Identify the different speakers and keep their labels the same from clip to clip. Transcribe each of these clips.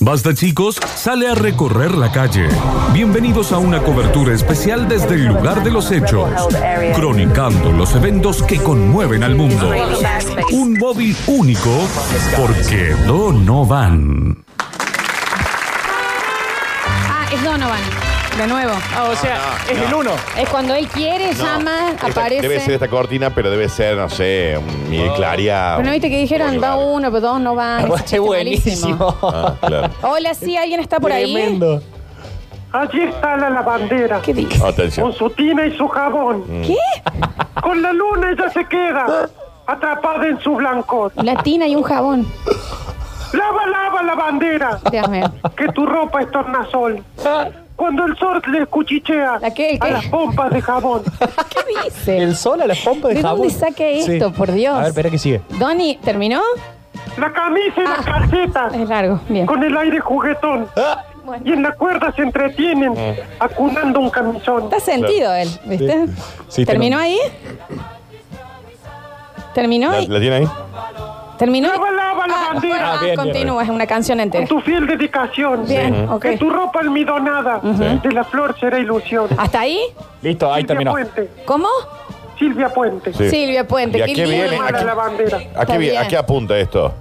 Speaker 1: Basta chicos, sale a recorrer la calle. Bienvenidos a una cobertura especial desde el lugar de los hechos, cronicando los eventos que conmueven al mundo. Un móvil único porque Donovan.
Speaker 2: Ah, es Donovan. De nuevo.
Speaker 3: Ah, o sea, es el uno.
Speaker 2: Es cuando él quiere, llama,
Speaker 4: Esta-
Speaker 2: aparece.
Speaker 4: Debe ser esta cortina, pero debe ser, no sé, un Miguel Claria.
Speaker 2: Pero no viste que dijeron, va uno, pero dos no van. Ese chiste
Speaker 5: Che, buenísimo.
Speaker 4: Ah, claro.
Speaker 2: Hola, sí, alguien está por ahí.
Speaker 5: Tremendo.
Speaker 6: Allí está la lavandera.
Speaker 2: ¿Qué Mm. dices?
Speaker 6: Con
Speaker 4: Atención.
Speaker 6: su tina y su jabón.
Speaker 2: ¿Qué?
Speaker 6: Con la luna ella se queda. Atrapada en su blancor.
Speaker 2: Una tina y un jabón.
Speaker 6: Lava, lava la bandera.
Speaker 2: Dios mío.
Speaker 6: Que tu ropa es tornasol. Cuando el sol le cuchichea
Speaker 2: ¿La qué?
Speaker 6: a
Speaker 2: ¿Qué?
Speaker 6: las pompas de jabón.
Speaker 2: ¿Qué
Speaker 5: El
Speaker 2: dice?
Speaker 5: sol a la pompa de,
Speaker 2: ¿De
Speaker 5: jabón.
Speaker 2: dónde saca esto,
Speaker 5: Sí.
Speaker 2: por Dios?
Speaker 5: A ver, espera que sigue.
Speaker 2: Donny, ¿terminó?
Speaker 6: La camisa y
Speaker 2: Ah.
Speaker 6: la calceta.
Speaker 2: Es largo, bien.
Speaker 6: Con el aire juguetón.
Speaker 4: Ah,
Speaker 2: Bueno. Mm.
Speaker 6: Y en la cuerda se entretienen. Acunando un camisón.
Speaker 2: Está sentido él, ¿viste?
Speaker 5: Sí,
Speaker 2: ¿Terminó ahí? ¿Terminó
Speaker 4: ¿La,
Speaker 2: ahí?
Speaker 4: la tiene ahí?
Speaker 2: ¿Terminó? ahí?
Speaker 6: Lava, lava la
Speaker 2: Ah,
Speaker 6: bandera.
Speaker 2: bueno,
Speaker 5: Ah, bien,
Speaker 2: ah,
Speaker 5: bien.
Speaker 2: continúa, es una canción
Speaker 6: Con
Speaker 2: entera.
Speaker 6: tu fiel dedicación.
Speaker 2: Bien, ok.
Speaker 6: Que tu ropa almidonada. De la flor será ilusión.
Speaker 2: ¿Hasta ahí?
Speaker 5: Listo, ahí
Speaker 6: Silvia
Speaker 5: terminó.
Speaker 6: Puente.
Speaker 2: ¿Cómo?
Speaker 6: Silvia Puente.
Speaker 4: Sí.
Speaker 2: Silvia Puente.
Speaker 4: ¿Y a
Speaker 2: qué
Speaker 4: qué
Speaker 2: lindo.
Speaker 4: viene?
Speaker 6: Para la bandera.
Speaker 4: ¿A
Speaker 2: Está
Speaker 4: qué, vi-
Speaker 2: bien.
Speaker 4: a qué apunta esto?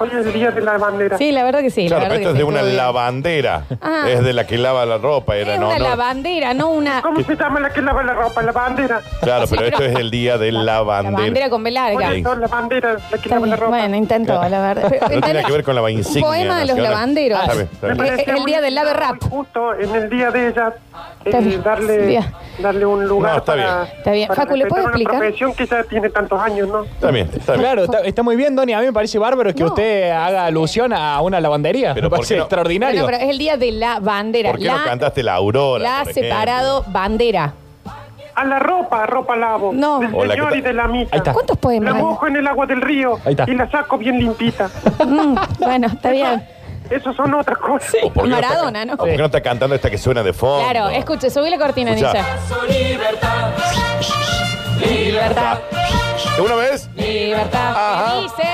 Speaker 6: Hoy es el día de la bandera.
Speaker 2: Sí, la verdad que sí. la
Speaker 4: Claro,
Speaker 2: verdad
Speaker 4: esto
Speaker 2: que
Speaker 4: es de
Speaker 2: sí,
Speaker 4: una
Speaker 2: estuvo bien.
Speaker 4: lavandera.
Speaker 2: Ah.
Speaker 4: Es de la que lava la ropa. Era,
Speaker 2: Es
Speaker 4: no,
Speaker 2: una
Speaker 4: no.
Speaker 2: lavandera, no una...
Speaker 6: ¿Cómo se llama la que lava la ropa? La bandera.
Speaker 4: Claro, pero
Speaker 2: Sí,
Speaker 4: esto
Speaker 2: pero-
Speaker 4: es el día de la bandera.
Speaker 2: Lavandera con B
Speaker 6: Por
Speaker 2: larga.
Speaker 6: eso, la bandera, la que
Speaker 2: Está
Speaker 6: lava la
Speaker 2: bien,
Speaker 6: ropa.
Speaker 2: Bueno, intento, la verdad. Pero,
Speaker 4: No tiene
Speaker 2: entendés,
Speaker 4: que ver con la insignia.
Speaker 2: Poema de los
Speaker 4: nacional.
Speaker 2: lavanderos.
Speaker 4: Está bien, está
Speaker 6: Me
Speaker 4: bien.
Speaker 6: parecía
Speaker 2: Es el
Speaker 6: muy
Speaker 2: día del lave rap.
Speaker 6: Justo en el día de ella, el
Speaker 2: Está bien,
Speaker 6: darle,
Speaker 2: Silvia.
Speaker 6: darle un lugar
Speaker 4: No, está
Speaker 6: para.
Speaker 4: bien.
Speaker 2: Está bien.
Speaker 6: para
Speaker 2: Facu, ¿le
Speaker 6: respetar
Speaker 2: puede
Speaker 6: una
Speaker 2: explicar?
Speaker 6: profesión que ya tiene tantos años, ¿no?
Speaker 4: Está bien, está bien.
Speaker 5: Claro, está, está muy bien, Doni. A mí me parece bárbaro que
Speaker 2: No.
Speaker 5: usted haga alusión a una lavandería.
Speaker 4: Pero
Speaker 5: me
Speaker 4: ¿por
Speaker 5: parece
Speaker 4: qué no?
Speaker 5: extraordinario.
Speaker 2: Bueno, pero es el día de la bandera.
Speaker 4: ¿Por qué no
Speaker 2: La,
Speaker 4: cantaste la aurora?
Speaker 2: la
Speaker 4: por ejemplo?
Speaker 2: separado bandera.
Speaker 6: A la ropa, ropa lavo.
Speaker 2: No.
Speaker 6: Del
Speaker 4: O la que
Speaker 6: señor
Speaker 4: ta-
Speaker 6: y de la misa.
Speaker 5: Ahí está.
Speaker 2: ¿Cuántos
Speaker 6: La
Speaker 2: poemas? hay?
Speaker 6: mojo en el agua del río
Speaker 5: Ahí está.
Speaker 6: y la saco bien limpita.
Speaker 2: Mm, bueno, está bien.
Speaker 6: Eso son otras cosas.
Speaker 4: ¿O por qué está-
Speaker 2: Maradona, ¿no?
Speaker 4: o ¿Por qué no está cantando esta que suena de fondo?
Speaker 2: Claro, escuche, subí la cortina,
Speaker 4: Escuchá.
Speaker 2: dice. Libertad,
Speaker 4: ¿De una vez?
Speaker 2: libertad.
Speaker 4: Ajá.
Speaker 2: ¿Qué dice?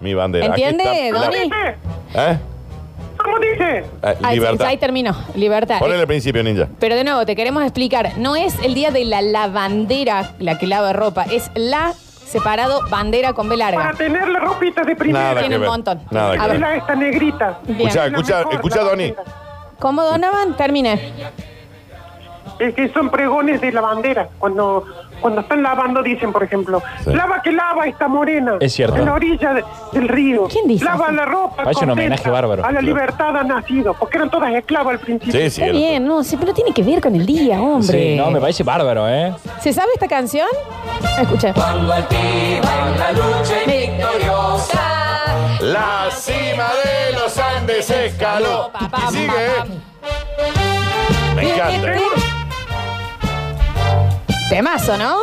Speaker 4: Mi bandera. Aquí
Speaker 2: ¿Entiende,
Speaker 4: está la-
Speaker 2: Doni?
Speaker 6: ¿Eh?
Speaker 4: ¿Eh?
Speaker 6: ¿Cómo dice?
Speaker 4: Eh,
Speaker 2: Ahí,
Speaker 4: libertad.
Speaker 2: ahí terminó, libertad.
Speaker 4: Ponle el principio, ninja.
Speaker 2: Pero de nuevo, te queremos explicar, no es el día de la lavandera la que lava ropa, es la separado bandera con B
Speaker 6: Para
Speaker 2: larga.
Speaker 6: tener la ropita de primera.
Speaker 4: Nada
Speaker 2: Tiene
Speaker 4: que
Speaker 2: un
Speaker 4: ver.
Speaker 2: montón.
Speaker 4: Nada
Speaker 2: A
Speaker 4: que
Speaker 2: ver.
Speaker 4: ver.
Speaker 6: Mira esta negrita.
Speaker 2: Bien.
Speaker 4: Escuchá, escuchá,
Speaker 6: mejor,
Speaker 4: escuchá,
Speaker 6: la
Speaker 4: Doni.
Speaker 6: bandera.
Speaker 2: ¿Cómo donaban? Termine.
Speaker 6: Es que son pregones de la bandera. Cuando, cuando están lavando dicen, por ejemplo,
Speaker 4: Sí.
Speaker 6: lava que lava esta morena.
Speaker 5: Es cierto.
Speaker 6: En la orilla de- del río.
Speaker 2: ¿Quién dice
Speaker 6: Lava
Speaker 2: eso?
Speaker 6: la ropa.
Speaker 5: Parece un
Speaker 6: contenta,
Speaker 5: homenaje bárbaro.
Speaker 6: A la
Speaker 4: Claro.
Speaker 6: libertad ha nacido. Porque eran todas esclavas al principio.
Speaker 4: Sí, sí.
Speaker 2: Está bien, no, sí, pero tiene que ver con el día, hombre.
Speaker 5: Sí, no, me parece bárbaro, ¿eh?
Speaker 2: ¿Se sabe esta canción? Escucha.
Speaker 4: La cima de los Andes escaló.
Speaker 2: Pa, pa,
Speaker 4: Y sigue. eh?
Speaker 2: pa,
Speaker 4: Me encanta.
Speaker 2: Temazo, ¿no?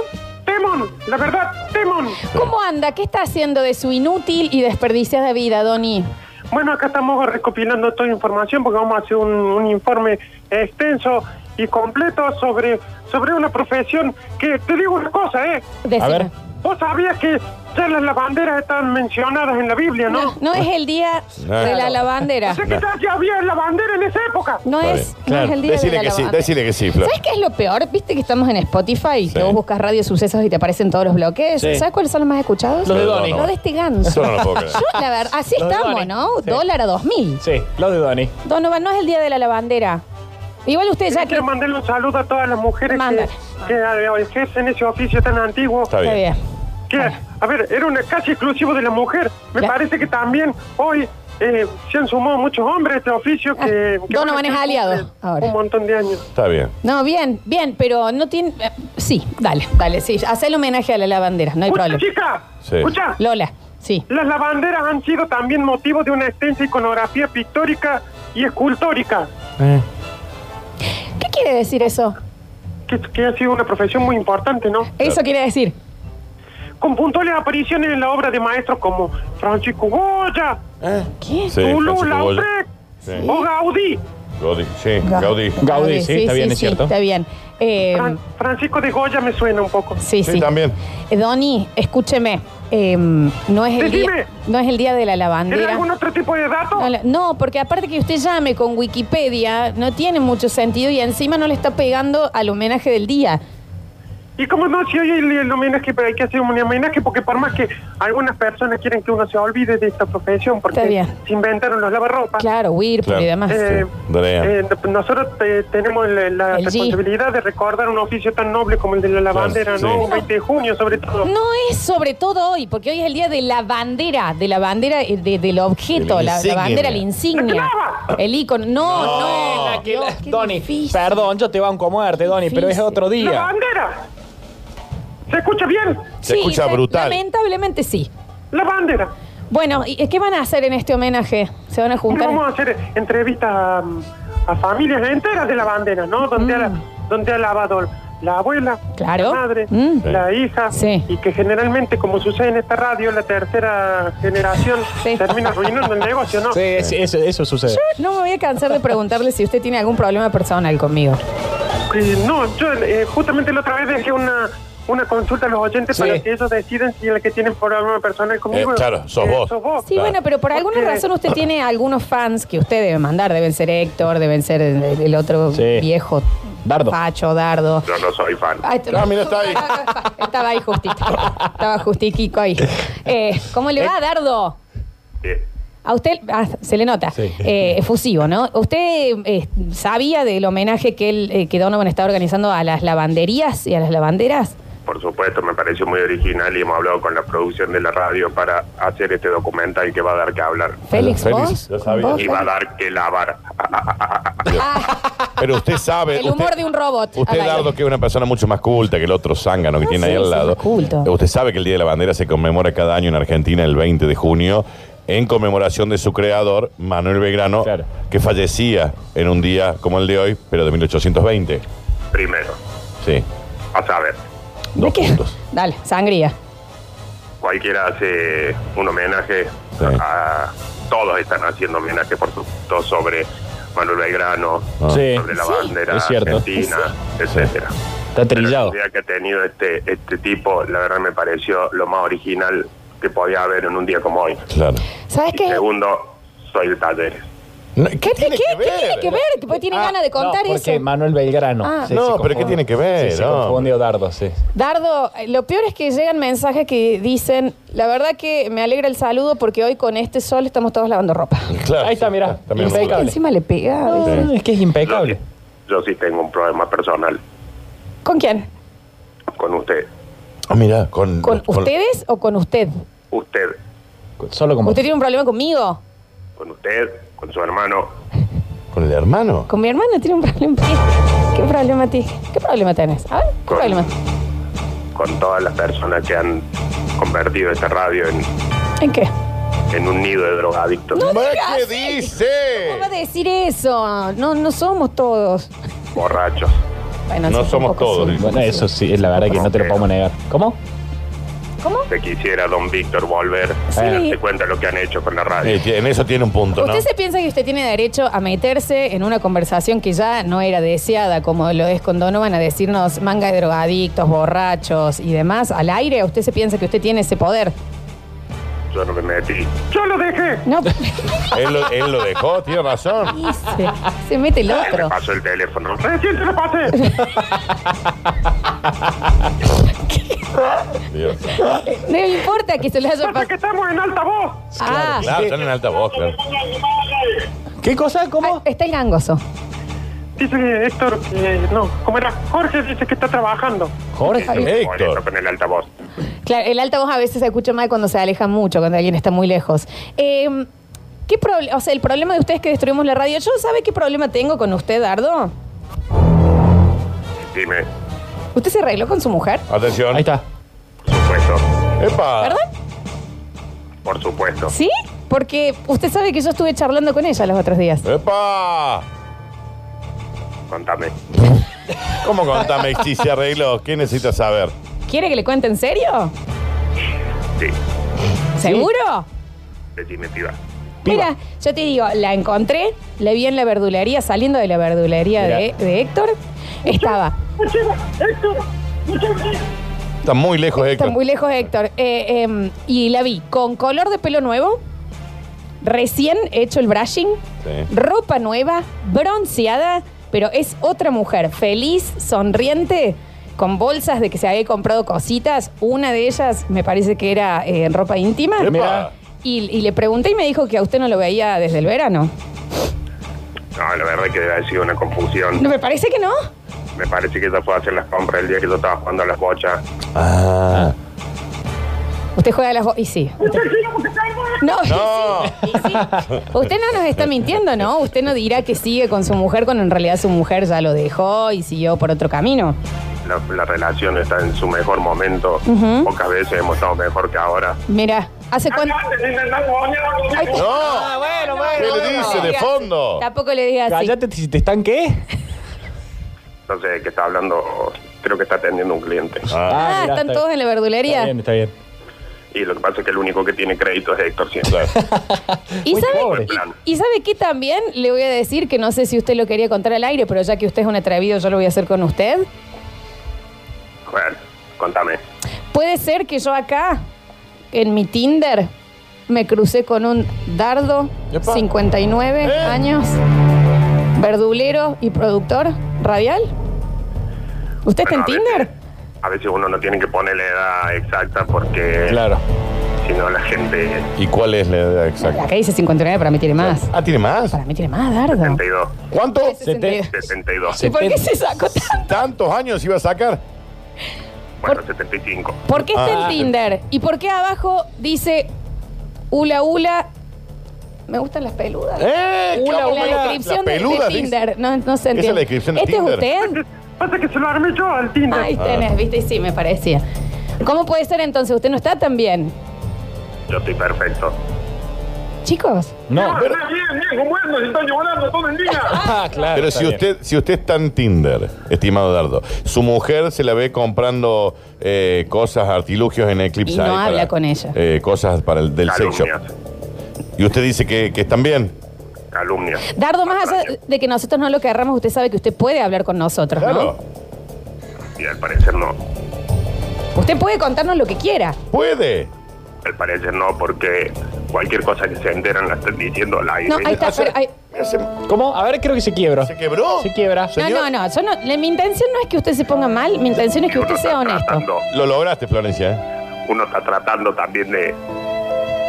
Speaker 6: Temón, la verdad, Temón.
Speaker 2: ¿Cómo anda? ¿Qué está haciendo de su inútil y desperdiciada vida, Doni?
Speaker 6: Bueno, acá estamos recopilando toda la información porque vamos a hacer un, un informe extenso y completo sobre, sobre una profesión que, te digo una cosa, ¿eh?
Speaker 2: Decime.
Speaker 5: A ver.
Speaker 6: Vos sabías que ya las lavanderas están mencionadas en la Biblia, ¿no?
Speaker 2: No, no es el día
Speaker 4: No.
Speaker 2: de la lavandera.
Speaker 6: Sé que ya, ya había lavandera en esa época.
Speaker 2: No
Speaker 4: Está
Speaker 2: es,
Speaker 4: bien.
Speaker 2: no es el día
Speaker 4: Decile
Speaker 2: de la
Speaker 4: que sí,
Speaker 2: lavandera.
Speaker 4: decile que sí, Flor.
Speaker 2: ¿Sabes qué es lo peor? Viste que estamos en Spotify,
Speaker 4: Sí.
Speaker 2: que vos buscas radio sucesos y te aparecen todos los bloques.
Speaker 5: Sí.
Speaker 2: ¿Sabes cuáles son los más escuchados?
Speaker 5: Los de
Speaker 4: Perdón,
Speaker 5: Doni.
Speaker 4: no.
Speaker 2: Lo de este ganso.
Speaker 4: Eso no lo puedo creer.
Speaker 2: Yo, la verdad, así
Speaker 5: Los de
Speaker 2: estamos,
Speaker 5: Doni.
Speaker 2: ¿no?
Speaker 5: Sí.
Speaker 2: Dólar a 2000.
Speaker 5: Sí, los de Doni.
Speaker 2: Donovan, no es el día de la lavandera. Igual usted ya que.
Speaker 6: Quiero mandarle un saludo a todas las mujeres
Speaker 2: Manda.
Speaker 6: que, que, eh, ejercen ese oficio tan antiguo.
Speaker 4: Está
Speaker 2: Está bien.
Speaker 4: bien.
Speaker 6: Que, a ver, era una casi exclusivo de la mujer. Me
Speaker 2: La-
Speaker 6: parece que también hoy eh, se han sumado muchos hombres a este oficio
Speaker 2: Ah,
Speaker 6: que... que
Speaker 2: Donovan
Speaker 6: van a
Speaker 2: es
Speaker 6: hacer
Speaker 2: aliado
Speaker 6: un-
Speaker 2: ahora.
Speaker 6: Un montón de años.
Speaker 4: Está bien.
Speaker 2: No, bien, bien, pero no tiene. eh, Sí, dale, dale, sí. Haz el homenaje a la lavandera, no hay
Speaker 6: Escucha,
Speaker 2: problema.
Speaker 6: chica.
Speaker 4: Sí.
Speaker 6: Escucha.
Speaker 2: Lola, sí.
Speaker 6: Las lavanderas han sido también motivo de una extensa iconografía pictórica y escultórica.
Speaker 2: ¿Qué quiere decir eso?
Speaker 6: Que, que ha sido una profesión muy importante, ¿no?
Speaker 2: Eso quiere decir.
Speaker 6: Con puntuales apariciones en la obra de maestros como Francisco Goya,
Speaker 2: ¿Qué?
Speaker 4: Sí,
Speaker 6: Toulouse,
Speaker 4: Francisco Goya.
Speaker 6: Lautrec
Speaker 4: Sí.
Speaker 6: o Gaudí.
Speaker 4: Gaudí. Sí, Gaudí.
Speaker 5: Gaudí, sí, está bien, es cierto.
Speaker 2: Está bien. Eh,
Speaker 6: Ah, Fran- Francisco de Goya me suena un poco.
Speaker 2: sí, sí.
Speaker 4: Sí, también.
Speaker 2: Eh, Doni, escúcheme. em, no es el
Speaker 6: Decime.
Speaker 2: día, no es el día de la
Speaker 6: ¿Tiene
Speaker 2: lavandera.
Speaker 6: algún otro tipo de dato?
Speaker 2: No, la- No, porque aparte que usted llame con Wikipedia, no tiene mucho sentido y encima no le está pegando al homenaje del día.
Speaker 6: Y como no, si hay el, el homenaje, pero hay que hacer un homenaje, porque por más que algunas personas quieren que uno se olvide de esta profesión, porque
Speaker 2: Está bien.
Speaker 6: se inventaron los lavarropas.
Speaker 2: Claro, Whirlpool
Speaker 4: Claro.
Speaker 2: y demás.
Speaker 6: Eh,
Speaker 4: Sí, Drea.
Speaker 6: eh, nosotros te- tenemos la, la
Speaker 2: El G.
Speaker 6: responsabilidad de recordar un oficio tan noble como el de la lavandera,
Speaker 4: Claro,
Speaker 6: ¿no?
Speaker 4: sí.
Speaker 6: Un 20 de junio, sobre todo.
Speaker 2: No es sobre todo hoy, porque hoy es el día de la bandera, de la bandera, eh, de- del objeto, la,
Speaker 4: De la
Speaker 2: la
Speaker 4: insignia.
Speaker 2: bandera, la insignia, el icono. No, no,
Speaker 5: Ah, que la-
Speaker 2: Dios, qué
Speaker 5: Doni,
Speaker 2: difícil.
Speaker 5: perdón, yo te banco a muerte, Doni, pero es
Speaker 2: difícil.
Speaker 5: otro
Speaker 6: ¡La
Speaker 5: día.
Speaker 6: bandera! ¿Se escucha bien?
Speaker 4: Se escucha
Speaker 2: la-
Speaker 4: brutal.
Speaker 2: Lamentablemente sí.
Speaker 6: ¡La bandera!
Speaker 2: Bueno, ¿y qué van a hacer en este homenaje? ¿Se van a juntar?
Speaker 6: Vamos a hacer entrevistas a, a familias enteras de la bandera, ¿no? Donde, ha, donde ha lavado la abuela,
Speaker 2: Mm. Claro.
Speaker 6: la madre,
Speaker 2: Mm.
Speaker 6: la hija,
Speaker 2: Sí.
Speaker 6: y que generalmente, como sucede en esta radio, la tercera generación
Speaker 2: Sí.
Speaker 6: termina arruinando el negocio, ¿no?
Speaker 5: Sí, es- es- eso sucede.
Speaker 2: No me voy a cansar de preguntarle si usted tiene algún problema personal conmigo.
Speaker 6: Eh, no, yo eh, justamente la otra vez dejé una, una consulta a los oyentes
Speaker 5: Sí.
Speaker 6: para que ellos deciden si el que tiene problema personal conmigo
Speaker 4: Eh, claro, sos vos.
Speaker 2: Sí,
Speaker 4: Claro.
Speaker 2: bueno, pero por alguna
Speaker 6: Porque-
Speaker 2: razón usted tiene algunos fans que usted debe mandar. Deben ser Héctor, deben ser el, el otro
Speaker 5: Sí.
Speaker 2: viejo.
Speaker 5: Dardo.
Speaker 2: Pacho, Dardo.
Speaker 4: Yo no soy fan.
Speaker 2: Ay, t-
Speaker 4: Ah, mira, está ahí.
Speaker 2: Estaba ahí justito. Estaba justiquico ahí. Eh, ¿Cómo le va, Dardo? A usted ah, se le nota,
Speaker 5: Sí.
Speaker 2: Eh, efusivo, ¿no? ¿Usted eh, sabía del homenaje que él, eh, que Donovan está organizando a las lavanderías y a las lavanderas?
Speaker 3: Por supuesto, me pareció muy original y hemos hablado con la producción de la radio para hacer este documental que va a dar que hablar.
Speaker 2: Félix,
Speaker 4: Félix,
Speaker 2: vos.
Speaker 4: yo sabía.
Speaker 2: ¿Vos,
Speaker 3: Y va a
Speaker 2: Félix?
Speaker 3: dar que lavar.
Speaker 2: Ah,
Speaker 4: Pero usted sabe.
Speaker 2: el humor
Speaker 4: usted-
Speaker 2: de un robot.
Speaker 4: Usted,
Speaker 2: Ah,
Speaker 4: Dardo, que es una persona mucho más culta que el otro zángano que
Speaker 2: Ah,
Speaker 4: tiene
Speaker 2: sí,
Speaker 4: ahí al
Speaker 2: sí,
Speaker 4: lado.
Speaker 2: más culto.
Speaker 4: Usted sabe que el Día de la Bandera se conmemora cada año en Argentina el 20 de junio en conmemoración de su creador, Manuel Belgrano,
Speaker 5: Claro.
Speaker 4: que fallecía en un día como el de hoy, pero de 1820.
Speaker 3: Primero,
Speaker 4: Sí,
Speaker 3: a saber,
Speaker 2: ¿de
Speaker 4: dos
Speaker 2: qué?
Speaker 4: puntos.
Speaker 2: Dale, sangría.
Speaker 3: cualquiera hace un homenaje
Speaker 4: Sí.
Speaker 3: a... Todos están haciendo homenaje, por supuesto, sobre Manuel Belgrano,
Speaker 4: Ah.
Speaker 5: Sí,
Speaker 3: sobre la
Speaker 2: Sí.
Speaker 3: bandera
Speaker 5: Es cierto.
Speaker 3: argentina, etcétera.
Speaker 5: está trillado.
Speaker 3: La idea que ha tenido este, este tipo, la verdad me pareció lo más original que podía haber en un día como hoy.
Speaker 4: Claro.
Speaker 2: ¿Sabes
Speaker 3: Y
Speaker 2: qué?
Speaker 3: segundo, soy de talleres.
Speaker 4: No,
Speaker 2: ¿Qué, qué- qué tiene que ver? Que pues tiene
Speaker 5: Ah,
Speaker 2: ganas de contar
Speaker 5: no, porque
Speaker 2: eso.
Speaker 5: Manuel Belgrano.
Speaker 2: Ah.
Speaker 4: No,
Speaker 5: se
Speaker 4: pero ¿qué
Speaker 5: confundió.
Speaker 4: tiene que ver,
Speaker 5: Sí, se
Speaker 4: no?
Speaker 5: confundió Dardo, sí.
Speaker 2: Dardo, eh, lo peor es que llegan mensajes que dicen, la verdad que me alegra el saludo porque hoy con este sol estamos todos lavando ropa.
Speaker 4: Claro,
Speaker 5: Ahí está,
Speaker 4: sí,
Speaker 5: mirá,
Speaker 4: medio
Speaker 5: impecable.
Speaker 4: culto.
Speaker 2: Encima le pega. ¿ves?
Speaker 5: Ah, Es que es
Speaker 3: Yo,
Speaker 5: impecable.
Speaker 3: yo sí tengo un problema personal
Speaker 2: ¿Con quién?
Speaker 3: con usted.
Speaker 4: Ah, mirá, con,
Speaker 2: ¿Con ustedes o con usted?
Speaker 3: Usted,
Speaker 5: Solo como.
Speaker 2: ¿Usted tiene un problema conmigo?
Speaker 3: con usted, con su hermano.
Speaker 4: Con el hermano.
Speaker 2: ¿Con mi hermano tiene un problema? ¿Qué, qué problema ti? ¿Qué problema tenés? A ver, ¿qué
Speaker 3: Con-
Speaker 2: problema?
Speaker 3: Con todas las personas que han convertido esta radio en,
Speaker 2: ¿En qué?
Speaker 4: Eh.
Speaker 3: en un nido de drogadictos.
Speaker 4: Ve
Speaker 2: digas
Speaker 4: ¿Qué
Speaker 2: así.
Speaker 4: dice?
Speaker 2: ¿Cómo va a decir eso? No, no somos todos.
Speaker 3: Borrachos.
Speaker 2: Bueno,
Speaker 4: No
Speaker 2: sí,
Speaker 4: somos
Speaker 2: tampoco
Speaker 4: todos,
Speaker 2: sí.
Speaker 4: dice.
Speaker 5: Bueno, eso sí, la verdad que no te lo podemos negar. ¿Cómo?
Speaker 2: ¿Cómo?
Speaker 3: Te quisiera, don Víctor, volver
Speaker 2: Sí.
Speaker 3: a darte cuenta lo que han hecho con la radio.
Speaker 4: Eh, tie- en eso tiene un punto, ¿no?
Speaker 2: ¿Usted se piensa que usted tiene derecho a meterse en una conversación que ya no era deseada, como lo es con Donovan, a decirnos manga de drogadictos, borrachos y demás al aire? ¿Usted se piensa que usted tiene ese poder?
Speaker 3: Yo no me metí.
Speaker 6: Yo lo dejé.
Speaker 2: No,
Speaker 4: Él, lo, él lo dejó, tiene razón.
Speaker 2: se, se mete el
Speaker 3: Me
Speaker 2: otro.
Speaker 3: pasó el teléfono.
Speaker 6: Recién se lo pasé.
Speaker 4: Dios.
Speaker 2: No le importa que se lo haya
Speaker 6: Pasa
Speaker 2: pasado.
Speaker 6: que estamos en altavoz.
Speaker 2: Ah,
Speaker 4: Claro, están en alta voz, claro.
Speaker 5: ¿Qué cosa? ¿Cómo?
Speaker 2: ah, está el gangoso.
Speaker 6: Dice Héctor que no, como era Jorge, dice que está trabajando.
Speaker 5: Jorge.
Speaker 4: Héctor.
Speaker 3: Con el altavoz.
Speaker 2: Claro, el altavoz a veces se escucha mal cuando se aleja mucho, cuando alguien está muy lejos. Eh, ¿Qué problema? O sea, el problema de ustedes es que destruimos la radio. ¿Yo sabe qué problema tengo con usted, Dardo?
Speaker 3: Dime,
Speaker 2: ¿Usted se arregló con su mujer?
Speaker 4: Atención.
Speaker 5: Ahí está.
Speaker 3: por supuesto.
Speaker 4: ¡Epa!
Speaker 2: ¿Perdón?
Speaker 3: Por supuesto.
Speaker 2: ¿Sí? Porque usted sabe que yo estuve charlando con ella los otros días.
Speaker 4: ¡Epa!
Speaker 3: Contame.
Speaker 4: ¿Cómo contame si se arregló? ¿Qué necesitas saber?
Speaker 2: ¿Quiere que le cuente en serio?
Speaker 3: Sí,
Speaker 2: ¿Seguro?
Speaker 3: decime, piba.
Speaker 2: Mira, yo te digo, la encontré, la vi en la verdulería, saliendo de la verdulería de,
Speaker 5: Mira.
Speaker 2: de Héctor. Estaba.
Speaker 6: Héctor, Héctor, Héctor,
Speaker 4: Está muy lejos,
Speaker 2: Está
Speaker 4: Héctor.
Speaker 2: muy lejos, Héctor. Eh, em, y la vi con color de pelo nuevo, recién hecho el brushing,
Speaker 4: Sí.
Speaker 2: ropa nueva, bronceada, pero es otra mujer, feliz, sonriente, con bolsas de que se había comprado cositas. Una de ellas me parece que era eh, ropa íntima.
Speaker 4: Epa.
Speaker 5: Mira.
Speaker 2: Y, y le pregunté y me dijo que a usted no lo veía desde el verano.
Speaker 3: No, la verdad es que debe haber sido una confusión.
Speaker 2: No, me parece que no.
Speaker 3: Me parece que ella fue a hacer las compras el día que yo estaba jugando a las bochas.
Speaker 4: Ah.
Speaker 2: Usted juega a las... bo- Y sí. No, y
Speaker 4: No.
Speaker 2: sí, y sí. Usted no nos está mintiendo, ¿no? Usted no dirá que sigue con su mujer cuando en realidad su mujer ya lo dejó y siguió por otro camino.
Speaker 3: La, la relación está en su mejor momento.
Speaker 2: Ujú.
Speaker 3: Pocas veces hemos estado mejor que ahora.
Speaker 2: Mira, ¿hace cuánto...? Ay,
Speaker 4: No.
Speaker 2: Ah,
Speaker 5: bueno,
Speaker 4: ¿Qué le dice de
Speaker 2: digas-
Speaker 4: fondo?
Speaker 2: Tampoco le digas así.
Speaker 5: Cállate si te están qué.
Speaker 3: No sé de qué está hablando. Creo que está atendiendo un cliente.
Speaker 4: Ah,
Speaker 2: Ah,
Speaker 5: mirá,
Speaker 2: ¿están
Speaker 5: está
Speaker 2: todos en la verdulería?
Speaker 5: Está bien, está bien.
Speaker 3: Y lo que pasa es que el único que tiene crédito es Héctor siempre.
Speaker 4: claro.
Speaker 2: ¿Y
Speaker 5: Muy
Speaker 2: sabe,
Speaker 5: pobre.
Speaker 2: y, y sabe qué también? Le voy a decir que no sé si usted lo quería contar al aire, pero ya que usted es un atrevido, yo lo voy a hacer con usted.
Speaker 3: Bueno, contame.
Speaker 2: Puede ser que yo acá, en mi Tinder, me crucé con un dardo,
Speaker 4: Epa.
Speaker 2: 59
Speaker 4: Eh.
Speaker 2: años, verdulero y productor radial. ¿Usted está en
Speaker 3: Bueno, a
Speaker 2: Tinder?
Speaker 3: veces- A veces uno no tiene que poner la edad exacta porque
Speaker 5: Claro.
Speaker 3: si no la gente...
Speaker 4: ¿Y cuál es la edad exacta?
Speaker 2: Acá dice 59, para mí tiene más.
Speaker 4: Ah, ¿tiene más?
Speaker 2: Para mí tiene más, dardo.
Speaker 3: 62.
Speaker 4: ¿Cuánto?
Speaker 5: Se te-
Speaker 3: 72.
Speaker 2: ¿Y por qué se sacó tanto?
Speaker 4: ¿Tantos años iba a sacar?
Speaker 3: Bueno, 75.
Speaker 2: ¿Por qué está
Speaker 4: Ah.
Speaker 2: en Tinder? ¿Y por qué abajo dice hula hula? Me gustan las peludas.
Speaker 4: ¡Eh!
Speaker 2: Hula,
Speaker 4: ¿cómo
Speaker 2: hula,
Speaker 4: era?
Speaker 2: la descripción
Speaker 4: La
Speaker 2: de- de,
Speaker 4: peluda, dice.
Speaker 2: Tinder. No, no se
Speaker 4: Esa es
Speaker 2: entiende.
Speaker 4: la descripción de
Speaker 2: ¿Este
Speaker 4: Tinder.
Speaker 2: es usted?
Speaker 6: Pasa que se lo armé yo al Tinder.
Speaker 2: Ahí
Speaker 4: Ah.
Speaker 2: tenés, viste, y sí, me parecía. ¿Cómo puede ser entonces? Usted no está tan bien.
Speaker 3: Yo estoy perfecto.
Speaker 2: Chicos,
Speaker 5: No, pero.
Speaker 6: Ah, bien, bien, bueno, se están llorando todo el día.
Speaker 5: Ah, claro.
Speaker 4: Pero
Speaker 5: está
Speaker 4: si
Speaker 5: bien.
Speaker 4: usted, si usted está en Tinder, estimado Dardo, su mujer se la ve comprando eh, cosas, artilugios en Eclipse.
Speaker 2: Y no
Speaker 4: Eye
Speaker 2: habla con ella.
Speaker 4: eh, cosas para el del sex shop.
Speaker 3: Calumnias.
Speaker 4: Y usted dice que, que están bien.
Speaker 3: Calumnias.
Speaker 2: Dardo, más allá de que nosotros no lo querramos, usted sabe que usted puede hablar con nosotros,
Speaker 4: Claro.
Speaker 3: Y al parecer no.
Speaker 2: ¿no? Usted puede contarnos lo que quiera.
Speaker 4: Puede.
Speaker 3: Al parecer no, porque cualquier cosa que se enteran la están diciendo al aire.
Speaker 2: No, ahí está.
Speaker 4: O sea,
Speaker 2: pero ahí-
Speaker 4: Se,
Speaker 5: ¿Cómo? A ver, creo que se quiebra.
Speaker 4: se quebró.
Speaker 5: Se quiebra.
Speaker 2: No,
Speaker 4: Señor.
Speaker 2: no, no. yo no- le- mi intención no es que usted se ponga mal, mi intención es que
Speaker 3: Uno
Speaker 2: usted
Speaker 3: está
Speaker 2: sea honesto.
Speaker 3: tratando-
Speaker 4: Lo lograste, Florencia. ¿eh?
Speaker 3: uno está tratando también de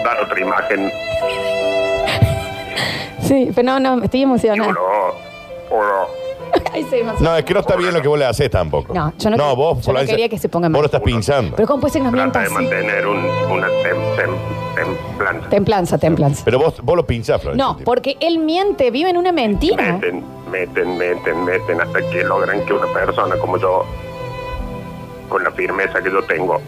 Speaker 3: dar otra imagen.
Speaker 2: Sí, pero no, no, estoy
Speaker 3: Y
Speaker 2: emocionada.
Speaker 3: uno, uno-
Speaker 2: Ay, sí, emocionada.
Speaker 4: No, es que no está bien lo que vos le haces tampoco.
Speaker 2: No, yo no-
Speaker 4: No, vos,
Speaker 2: yo no
Speaker 4: Florencia,
Speaker 2: quería que se ponga mal.
Speaker 4: Vos lo estás pinchando.
Speaker 2: Pero ¿cómo puede ser que nos
Speaker 3: trata
Speaker 2: mientas?
Speaker 3: de mantener un, una tem- tem- templanza.
Speaker 2: Templanza, templanza.
Speaker 4: Pero vos, vos lo pinchás, Florencia.
Speaker 2: No, porque él miente, vive en una mentira.
Speaker 3: Meten, meten, meten, meten hasta que logran que una persona como yo, con la firmeza que yo tengo,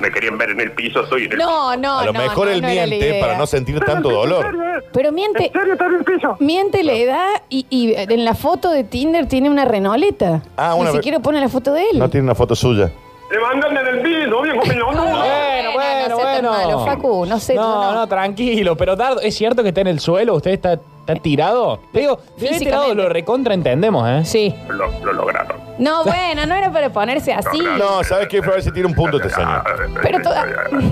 Speaker 3: me querían ver en el piso, estoy en el
Speaker 2: No, no,
Speaker 4: A lo
Speaker 2: no,
Speaker 4: mejor
Speaker 2: no,
Speaker 4: él
Speaker 2: no era la
Speaker 4: miente
Speaker 2: idea.
Speaker 4: para no Este sentir tanto dolor.
Speaker 2: Pero miente,
Speaker 6: ¿En serio está en el piso?
Speaker 2: miente la edad y, y en la foto de Tinder tiene una renoleta.
Speaker 4: Ah, una
Speaker 2: Ni
Speaker 4: ve-
Speaker 2: siquiera pone la foto de él.
Speaker 4: No tiene una foto suya.
Speaker 6: Levántame del piso, viejo peñón.
Speaker 5: Bueno, bueno,
Speaker 2: no sea tan
Speaker 5: bueno.
Speaker 2: malo, Facu, no sé, yo
Speaker 5: No,
Speaker 2: no.
Speaker 5: no, tranquilo. Pero Dardo, ¿es cierto que está en el suelo? ¿Usted está, está tirado? Te digo, debe tirado
Speaker 2: Físicamente.
Speaker 5: lo recontra entendemos, ¿eh?
Speaker 2: Sí.
Speaker 3: Lo, lo lograron.
Speaker 2: No, bueno, no era para ponerse así.
Speaker 4: No, ¿sabes qué? Florencia tiene un punto este señor.
Speaker 2: Pero toda-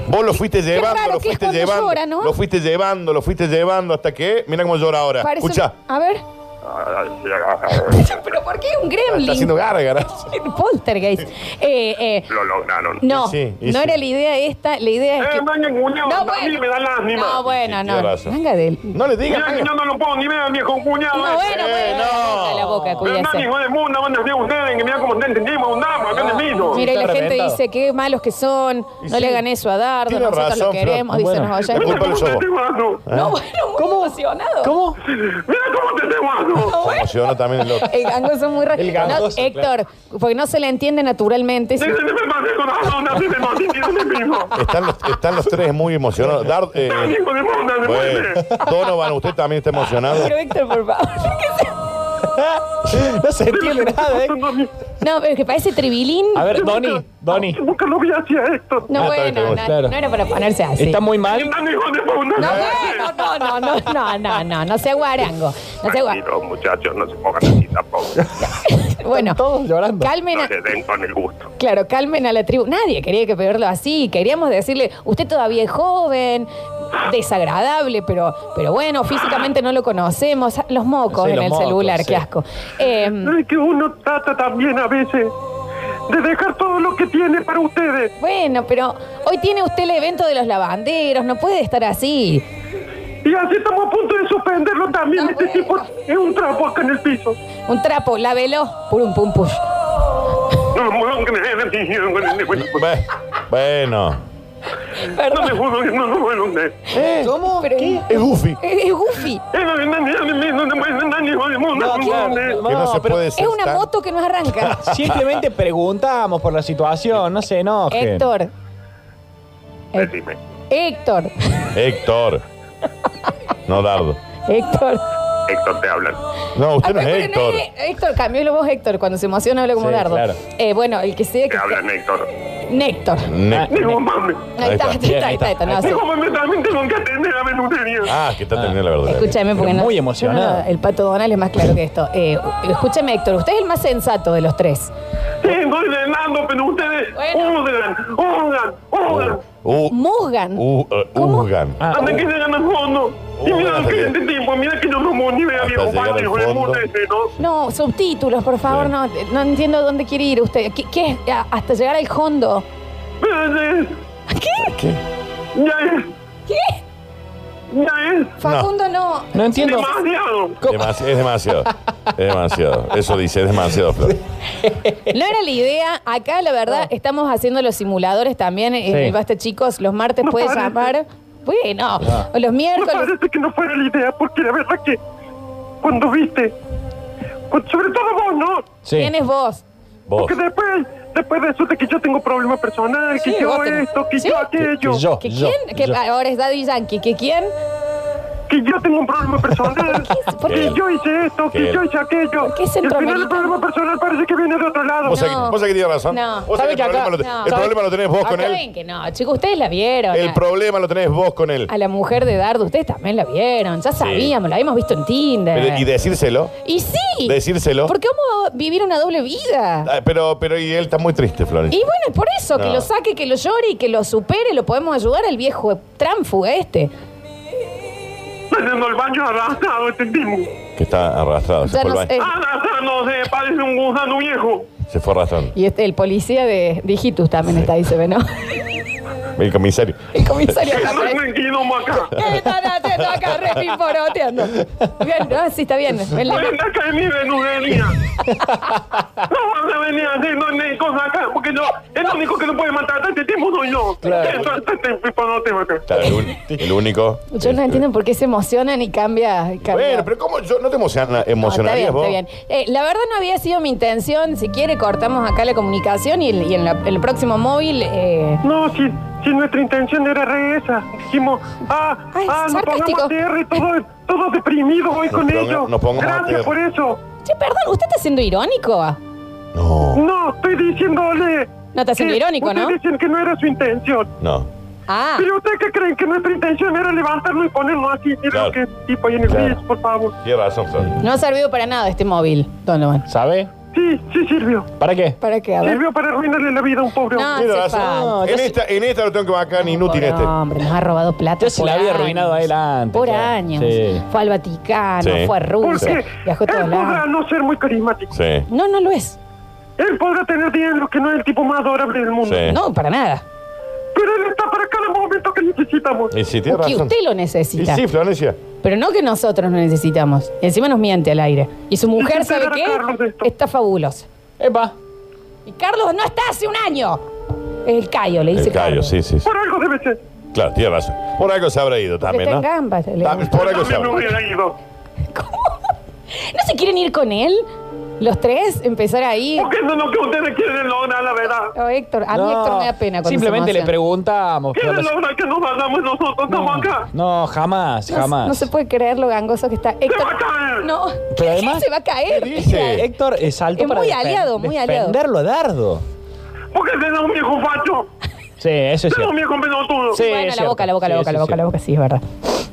Speaker 4: Vos lo fuiste llevando,
Speaker 2: raro
Speaker 4: lo
Speaker 2: que es
Speaker 4: fuiste
Speaker 2: cuando
Speaker 4: llevando.
Speaker 2: llora, ¿no?
Speaker 4: Lo fuiste llevando, lo fuiste llevando hasta que. Mira cómo llora ahora.
Speaker 2: Parece-
Speaker 4: Escucha.
Speaker 2: A ver. Pero ¿por qué un
Speaker 4: Está
Speaker 2: gremlin?
Speaker 4: haciendo gárgaras.
Speaker 2: Poltergeist. Eh, eh,
Speaker 3: Lo lograron.
Speaker 2: no,
Speaker 4: Y sí, y
Speaker 2: no
Speaker 4: sí.
Speaker 2: era la idea esta. La idea es que...
Speaker 6: Eh, manga cuñado,
Speaker 2: No,
Speaker 6: a mí
Speaker 2: bueno.
Speaker 6: me da lástima.
Speaker 2: No, bueno,
Speaker 4: Sí, tiene
Speaker 2: no.
Speaker 4: razón.
Speaker 2: Manga de él.
Speaker 4: No le digas.
Speaker 6: Mira que yo no lo puedo ni ver, viejo cuñado.
Speaker 2: No,
Speaker 6: eh.
Speaker 2: bueno, bueno.
Speaker 4: Eh, no.
Speaker 2: cállate la boca,
Speaker 6: Pero
Speaker 2: cuídese.
Speaker 6: nada, hijo de mundo, van a decir ustedes que mira cómo te entendimos, andamos, acá en el piso.
Speaker 2: Mira, y la
Speaker 5: Está
Speaker 2: gente
Speaker 5: reventado.
Speaker 2: dice, qué malos que son,
Speaker 4: Y
Speaker 2: no
Speaker 4: sí.
Speaker 2: le hagan eso a Dardo,
Speaker 4: Tiene
Speaker 2: nosotros
Speaker 4: razón,
Speaker 2: lo queremos,
Speaker 5: Flor.
Speaker 2: dicen
Speaker 5: Bueno,
Speaker 2: los
Speaker 4: la
Speaker 2: oyentes.
Speaker 4: culpa-
Speaker 6: Mira cómo te
Speaker 4: Sos vos.
Speaker 6: tengo alto.
Speaker 2: No, bueno, muy emocionado.
Speaker 5: ¿Cómo?
Speaker 6: Mira cómo te tengo alto.
Speaker 2: No, bueno.
Speaker 4: Emociona también el otro.
Speaker 2: El gangoso es muy raro.
Speaker 5: El gangoso,
Speaker 2: No, Héctor, porque no se le entiende naturalmente.
Speaker 6: Sí, sí, sí, me pasé con algo, no, sí, me pasé, sí, sí, mismo.
Speaker 4: Están los, están los tres muy emocionados. Dar, eh,
Speaker 6: Hijo de mundo, se
Speaker 4: bueno,
Speaker 6: muere.
Speaker 4: Donovan, usted también está emocionado.
Speaker 2: Pero Héctor, por favor.
Speaker 5: no se entiende nada, ¿eh?
Speaker 2: No, pero que parece tribilín.
Speaker 5: A ver, Donny, Donny.
Speaker 6: Nunca lo vi así a esto.
Speaker 2: No,
Speaker 4: Ah, está bien,
Speaker 2: bueno, no,
Speaker 4: está bien.
Speaker 5: Claro.
Speaker 2: no era para ponerse así.
Speaker 5: Está muy mal.
Speaker 6: Dame, hijo de puta.
Speaker 2: No, bueno, no, no, no, no, no, no, no, no sea guarango. No sea guarango.
Speaker 3: Tranquilos, muchachos, no se pongan así tampoco.
Speaker 2: Bueno,
Speaker 5: todos llorando.
Speaker 2: calmen
Speaker 3: No
Speaker 2: a,
Speaker 3: le den con el gusto.
Speaker 2: claro, calmen a la tribu. Nadie quería que pedirlo así. Queríamos decirle, usted todavía es joven, desagradable, pero, pero bueno, físicamente no lo conocemos. Los mocos
Speaker 5: Sí,
Speaker 2: en
Speaker 5: los
Speaker 2: el
Speaker 5: mocos,
Speaker 2: celular,
Speaker 5: sí.
Speaker 2: qué asco. Em,
Speaker 6: Ay, que uno trata también a veces de dejar todo lo que tiene para ustedes.
Speaker 2: Bueno, pero hoy tiene usted el evento de los lavanderos, no puede estar así.
Speaker 6: Y así estamos a punto de suspenderlo también.
Speaker 2: No,
Speaker 6: este
Speaker 2: bueno.
Speaker 6: tipo es un trapo acá en el piso.
Speaker 2: Un trapo, lávelo, por un pum push.
Speaker 3: No me jodan que me den el-
Speaker 4: Ve- Bueno.
Speaker 3: No me
Speaker 2: Perdón.
Speaker 3: jodan, no, no, bueno, eh,
Speaker 7: ¿Cómo?
Speaker 2: pero-
Speaker 4: Es Goofy.
Speaker 2: Es Goofy.
Speaker 3: eh, no, no, no, no, no, no, no, no, no, no, eh.
Speaker 4: Que no se puede
Speaker 2: Es una
Speaker 4: sentar.
Speaker 2: moto que no arranca.
Speaker 5: Simplemente preguntamos por la situación, no se enojen.
Speaker 2: Héctor. Hé-
Speaker 3: Decime.
Speaker 2: Héctor.
Speaker 4: Héctor. No, Dardo.
Speaker 2: Héctor.
Speaker 3: Héctor, te hablan.
Speaker 4: No, usted no
Speaker 2: Ah, pero
Speaker 4: es
Speaker 2: no
Speaker 4: Héctor.
Speaker 2: es- Héctor, cambió la voz Héctor. Cuando se emociona habla como
Speaker 5: Sí,
Speaker 2: Dardo.
Speaker 5: claro.
Speaker 2: Eh, bueno, el que sea
Speaker 3: Te
Speaker 2: que sea.
Speaker 3: hablan, Héctor.
Speaker 2: Néctor.
Speaker 4: Ne-
Speaker 3: Digo, mami.
Speaker 2: Ahí está, ahí
Speaker 5: Bien,
Speaker 2: está, ahí está, ahí está, no, sí.
Speaker 3: Digo, mami, también tengo que atender a Menutería.
Speaker 4: Ah, que está teniendo la verdad.
Speaker 2: Escúchame, porque
Speaker 5: Pero
Speaker 2: no-
Speaker 5: muy emocionado.
Speaker 2: no, no, el pato Donald es más claro que esto. Eh, escúchame, Héctor, usted es el más sensato de los tres.
Speaker 6: Sí, estoy ordenando, pero ustedes
Speaker 2: Bueno.
Speaker 6: juzgan, juzgan, juzgan.
Speaker 4: Uh,
Speaker 2: Musgan.
Speaker 4: uh, uh,
Speaker 2: ¿Cómo?
Speaker 4: Urgan.
Speaker 5: Ah,
Speaker 6: Hasta que llegan al fondo. Y
Speaker 4: Uh,
Speaker 6: mira lo que
Speaker 4: hasta
Speaker 6: es este tipo, mira que yo no me ni vea
Speaker 4: Hasta
Speaker 6: viejo
Speaker 4: llegar al
Speaker 6: patio, el mundo
Speaker 4: fondo.
Speaker 6: ese, ¿no?
Speaker 2: No, subtítulos, por favor,
Speaker 4: Sí.
Speaker 2: no, no entiendo dónde quiere ir usted. ¿Qué, qué es? Ah, Hasta llegar al hondo.
Speaker 6: Pero ya es,
Speaker 4: ¿Qué?
Speaker 6: ya es,
Speaker 2: ¿Qué?
Speaker 6: ya es
Speaker 2: Facundo no.
Speaker 5: no entiendo.
Speaker 6: demasiado.
Speaker 4: Demasi- es demasiado. Es demasiado. Eso dice, es demasiado, Flor.
Speaker 2: No era la idea. Acá, la verdad, estamos haciendo los simuladores también en
Speaker 5: Sí.
Speaker 2: el Basta Chicos. Los martes
Speaker 6: No
Speaker 2: puede
Speaker 6: parece.
Speaker 2: llamar. Bueno, o los
Speaker 6: Me
Speaker 2: miércoles.
Speaker 6: Pues parece que no fuera la idea, porque la verdad que cuando viste, cu- sobre todo vos, ¿no?
Speaker 5: Sí.
Speaker 2: ¿Quién es vos?
Speaker 4: Vos.
Speaker 6: Porque después, después de eso de que yo tengo problemas personales,
Speaker 2: Sí,
Speaker 6: que yo
Speaker 2: vos tenés-
Speaker 6: esto, que
Speaker 2: sí.
Speaker 6: yo
Speaker 5: Que-
Speaker 6: aquello,
Speaker 5: que
Speaker 4: Oh,
Speaker 5: yo,
Speaker 2: ¿Que
Speaker 5: yo,
Speaker 2: quién? Que
Speaker 5: yo.
Speaker 2: ahora es Daddy Yankee. ¿Que quién?
Speaker 6: que yo tengo un problema personal,
Speaker 2: es? ¿Por
Speaker 6: que
Speaker 4: qué?
Speaker 6: yo hice esto, que
Speaker 4: ¿Qué?
Speaker 6: yo hice aquello.
Speaker 2: ¿Por qué
Speaker 6: Y al final el
Speaker 2: centroamericano?
Speaker 6: problema personal parece que viene de otro lado.
Speaker 4: Vos sabés
Speaker 2: No.
Speaker 4: vos sabés que tienes razón.
Speaker 2: No.
Speaker 4: Vos
Speaker 5: ¿Sabés
Speaker 4: sabés que el
Speaker 5: que acá-
Speaker 4: problema lo te-
Speaker 2: no.
Speaker 4: el problema lo tenés vos con
Speaker 2: Acá
Speaker 4: él.
Speaker 2: ven que no, chicos, ustedes la vieron.
Speaker 4: El
Speaker 2: a-
Speaker 4: problema lo tenés vos con él.
Speaker 2: a la mujer de Dardo, ustedes también la vieron, ya sabíamos, la habíamos visto en Tinder.
Speaker 4: Pero- Y decírselo.
Speaker 2: Y sí.
Speaker 4: Decírselo.
Speaker 2: Porque vamos a vivir una doble vida.
Speaker 4: Ah, Pero, pero y él está muy triste,
Speaker 2: Y
Speaker 4: Florencia.
Speaker 2: bueno, por eso, que
Speaker 4: No.
Speaker 2: lo saque, que lo llore y que lo supere, lo podemos ayudar al viejo tránfuga este.
Speaker 6: Teniendo el baño arrastrado, entendimos.
Speaker 4: Que está arrastrado. Se
Speaker 2: Ya
Speaker 4: fue, al
Speaker 2: no
Speaker 4: baño.
Speaker 2: sé.
Speaker 6: Arrastrándose, parece un gusano viejo.
Speaker 4: se fue arrastrando.
Speaker 2: Y este, el policía de Digitus también está ahí, se ve, ¿no?
Speaker 4: El comisario.
Speaker 2: El comisario
Speaker 6: Que
Speaker 2: está
Speaker 6: no
Speaker 2: por ahí.
Speaker 6: me quedamos acá.
Speaker 2: ¿Qué están haciendo acá, repimporoteando? Bien, no, sí, está bien. Ven, la-
Speaker 6: Ven acá de mi venudería. No van a venir a hacer no, ni cosas acá, porque yo, el único que no puede matar a este tipo soy yo.
Speaker 5: Claro.
Speaker 6: Eso, este tipo no tengo acá.
Speaker 4: Claro, el, un- el único. este,
Speaker 2: Yo no entiendo por qué se emocionan y cambia. cambia.
Speaker 4: Bueno, pero ¿cómo yo no te emociona,
Speaker 2: No, está bien,
Speaker 4: emocionarías vos?
Speaker 2: está bien. Eh, la verdad no había sido mi intención. Si quiere, cortamos acá la comunicación y, el- y en la- el próximo móvil. eh,
Speaker 6: No, si, si nuestra intención era re esa. Dijimos, ah,
Speaker 2: Ay,
Speaker 6: ah, nos
Speaker 2: sarcástico.
Speaker 6: pongamos TR, todo, todo deprimido hoy
Speaker 4: Nos
Speaker 6: con
Speaker 4: ponga-
Speaker 6: ellos.
Speaker 4: nos pongamos
Speaker 6: Gracias
Speaker 4: ATR.
Speaker 6: por eso.
Speaker 2: Che, perdón, ¿usted está siendo irónico?
Speaker 4: No,
Speaker 6: No, estoy diciéndole.
Speaker 2: No está siendo
Speaker 6: que
Speaker 2: irónico,
Speaker 6: ustedes
Speaker 2: ¿no?
Speaker 6: dicen que no era su intención.
Speaker 4: no.
Speaker 2: Ah,
Speaker 6: ¿Pero ustedes qué creen? Que nuestra intención era levantarlo y ponerlo así. Miren
Speaker 4: Claro.
Speaker 6: que tipo ahí en el
Speaker 4: Claro.
Speaker 6: piso, por favor.
Speaker 4: Tienes razón, Flor.
Speaker 2: no ha servido para nada este móvil, Donovan.
Speaker 5: ¿Sabe?
Speaker 6: Sí, sí sirvió.
Speaker 5: ¿Para qué?
Speaker 2: ¿Para qué? A ver.
Speaker 6: Sirvió para arruinarle la vida a un pobre
Speaker 2: No,
Speaker 6: hombre.
Speaker 4: Tienes
Speaker 2: hace
Speaker 4: razón.
Speaker 2: falta.
Speaker 4: en, esta, en esta lo tengo que marcar inútil
Speaker 2: Pobre
Speaker 4: este.
Speaker 2: Hombre, nos ha robado plata.
Speaker 5: Yo se
Speaker 2: por
Speaker 5: la había
Speaker 2: años.
Speaker 5: arruinado a él antes,
Speaker 2: Por
Speaker 5: ya.
Speaker 2: años.
Speaker 5: Sí.
Speaker 2: Fue al Vaticano,
Speaker 4: Sí.
Speaker 2: fue a Rusia,
Speaker 6: Porque él
Speaker 2: viajó a todos
Speaker 6: podrá
Speaker 2: lados.
Speaker 6: no ser muy carismático.
Speaker 4: Sí.
Speaker 2: No, no lo es.
Speaker 6: Él podrá tener dinero, que no es el tipo más adorable del mundo.
Speaker 4: Sí.
Speaker 2: No, para nada.
Speaker 6: Pero él está para cada momento que necesitamos.
Speaker 4: Y sí, tienes
Speaker 2: Que
Speaker 4: razón.
Speaker 2: usted lo
Speaker 4: Y
Speaker 2: necesita.
Speaker 4: sí, Florencia.
Speaker 2: Pero no que nosotros no necesitamos. Encima nos miente al aire. Y su mujer,
Speaker 6: Intenta
Speaker 2: ¿sabe
Speaker 6: ver a Carlos de esto.
Speaker 2: qué? Está fabulosa.
Speaker 5: Epa.
Speaker 2: Y Carlos no está hace un año. Es el Cayo, le dice
Speaker 4: El callo,
Speaker 2: Carlos.
Speaker 4: sí, sí. sí.
Speaker 6: Por algo debe ser.
Speaker 4: Claro, tienes razón. Por algo se habrá ido
Speaker 2: Porque
Speaker 4: también,
Speaker 2: está
Speaker 4: ¿no?
Speaker 2: en gambas. le-
Speaker 4: También, por algo se
Speaker 6: También me
Speaker 4: habrá ido.
Speaker 6: hubiera ido.
Speaker 2: ¿Cómo? ¿No se quieren ir con él? ¿Los tres? ¿Empezar ahí?
Speaker 6: Porque eso es lo que ustedes quieren lograr, la verdad.
Speaker 2: Oh, Héctor, a mí
Speaker 5: No,
Speaker 2: Héctor me da pena cuando se
Speaker 5: Simplemente le
Speaker 2: emociona.
Speaker 5: preguntamos. pero
Speaker 6: Quieren lograr que nos vayamos nosotros, estamos acá.
Speaker 5: No, jamás,
Speaker 2: No se-
Speaker 5: jamás.
Speaker 2: No, se puede creer lo gangoso que está. Héctor,
Speaker 6: va a caer!
Speaker 2: No,
Speaker 5: Pero además-
Speaker 2: se va a caer.
Speaker 4: ¿Qué dice?
Speaker 5: Héctor eh, saltó
Speaker 2: Es
Speaker 5: para
Speaker 2: muy
Speaker 5: defen-
Speaker 2: aliado, muy aliado.
Speaker 5: defenderlo a Dardo.
Speaker 6: Porque tenés un viejo facho.
Speaker 5: Sí, eso es
Speaker 6: Tenés
Speaker 5: cierto.
Speaker 6: un viejo pelotudo.
Speaker 5: Sí,
Speaker 2: Bueno,
Speaker 5: es
Speaker 2: la boca,
Speaker 5: cierto.
Speaker 2: la boca, la
Speaker 5: Sí,
Speaker 2: boca,
Speaker 5: sí,
Speaker 2: la boca,
Speaker 5: sí.
Speaker 2: la boca, sí, es verdad.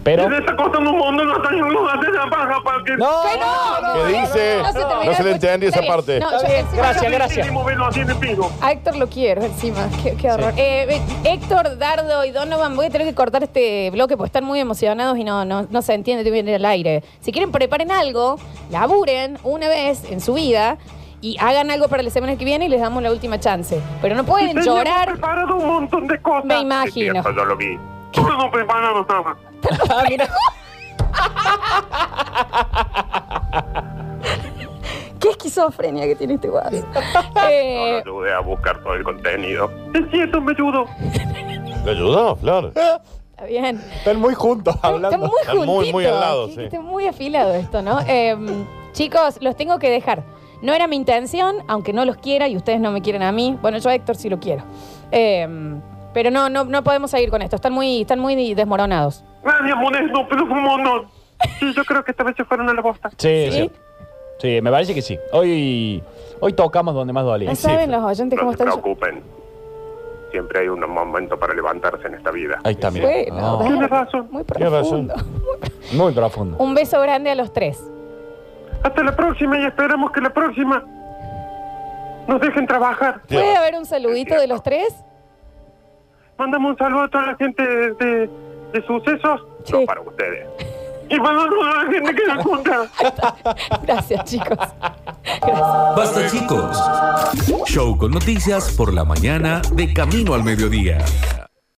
Speaker 5: Pero
Speaker 6: Y le está costando un mundo no está en ninguna de esas paja para que...
Speaker 5: No,
Speaker 2: Que no, no,
Speaker 4: ¿Qué dice?
Speaker 2: termina
Speaker 4: No se le
Speaker 2: el-
Speaker 4: entendí
Speaker 2: está
Speaker 4: esa
Speaker 2: bien.
Speaker 4: parte.
Speaker 2: No,
Speaker 5: Está
Speaker 2: yo
Speaker 5: bien,
Speaker 2: encima-
Speaker 5: gracias.
Speaker 6: Mínimo verlo así en el piso.
Speaker 2: A Héctor lo quiero encima, qué, qué horror. Eh, eh, Héctor, Dardo y Donovan, voy a tener que cortar este bloque porque están muy emocionados y no, no, no se entiende bien el aire. Si quieren, preparen algo, laburen una vez en su vida y hagan algo para la semana que viene y les damos la última chance. Pero no pueden
Speaker 6: Teníamos
Speaker 2: llorar,
Speaker 6: preparado un montón de cosas.
Speaker 2: me
Speaker 3: Hace
Speaker 2: imagino.
Speaker 3: tiempo yo lo vi.
Speaker 6: Yo no preparado nada.
Speaker 5: Ah, mira.
Speaker 2: Qué esquizofrenia que tiene este guas.
Speaker 3: No lo
Speaker 2: Eh,
Speaker 3: ayudé a buscar todo el contenido.
Speaker 6: Es cierto, me ayudo.
Speaker 4: ¿Lo ayudó, Flor?
Speaker 2: está bien.
Speaker 5: Están muy juntos hablando.
Speaker 2: Están
Speaker 4: Están
Speaker 2: muy
Speaker 4: muy,
Speaker 2: juntitos.
Speaker 4: muy al lado,
Speaker 2: Qué-
Speaker 4: sí.
Speaker 2: Está muy afilado esto, ¿no? Eh, chicos, los tengo que dejar. No era mi intención, aunque no los quiera y ustedes no me quieren a mí. Bueno, yo a Héctor sí lo quiero. Eh, pero no, no, no podemos seguir con esto. Están muy, están muy desmoronados.
Speaker 6: Gracias, Monet, no, pero como no. Sí, yo creo que esta vez se fueron a la posta.
Speaker 5: Sí,
Speaker 2: ¿Sí?
Speaker 5: sí. Sí, me parece que sí. Hoy, hoy tocamos donde más dolía.
Speaker 2: ¿No saben los oyentes cómo
Speaker 3: No se
Speaker 2: están?
Speaker 3: preocupen. Siempre hay un momento para levantarse en esta vida.
Speaker 5: Ahí está, mira.
Speaker 2: Bueno,
Speaker 5: Ah,
Speaker 6: Tienes razón.
Speaker 2: Muy
Speaker 4: Tienes razón.
Speaker 2: profundo.
Speaker 5: muy profundo.
Speaker 2: Un beso grande a los tres.
Speaker 6: Hasta la próxima y esperamos que la próxima nos dejen trabajar.
Speaker 4: Tienes
Speaker 2: ¿Puede
Speaker 4: razón.
Speaker 2: haber un saludito de los tres?
Speaker 6: Mandamos un saludo a toda la gente de, de- de sucesos
Speaker 2: Sí.
Speaker 3: No para ustedes.
Speaker 6: y mandamos a la gente que nos junta.
Speaker 2: Gracias, chicos. Gracias.
Speaker 1: Basta chicos. Show con noticias por la mañana de camino al mediodía.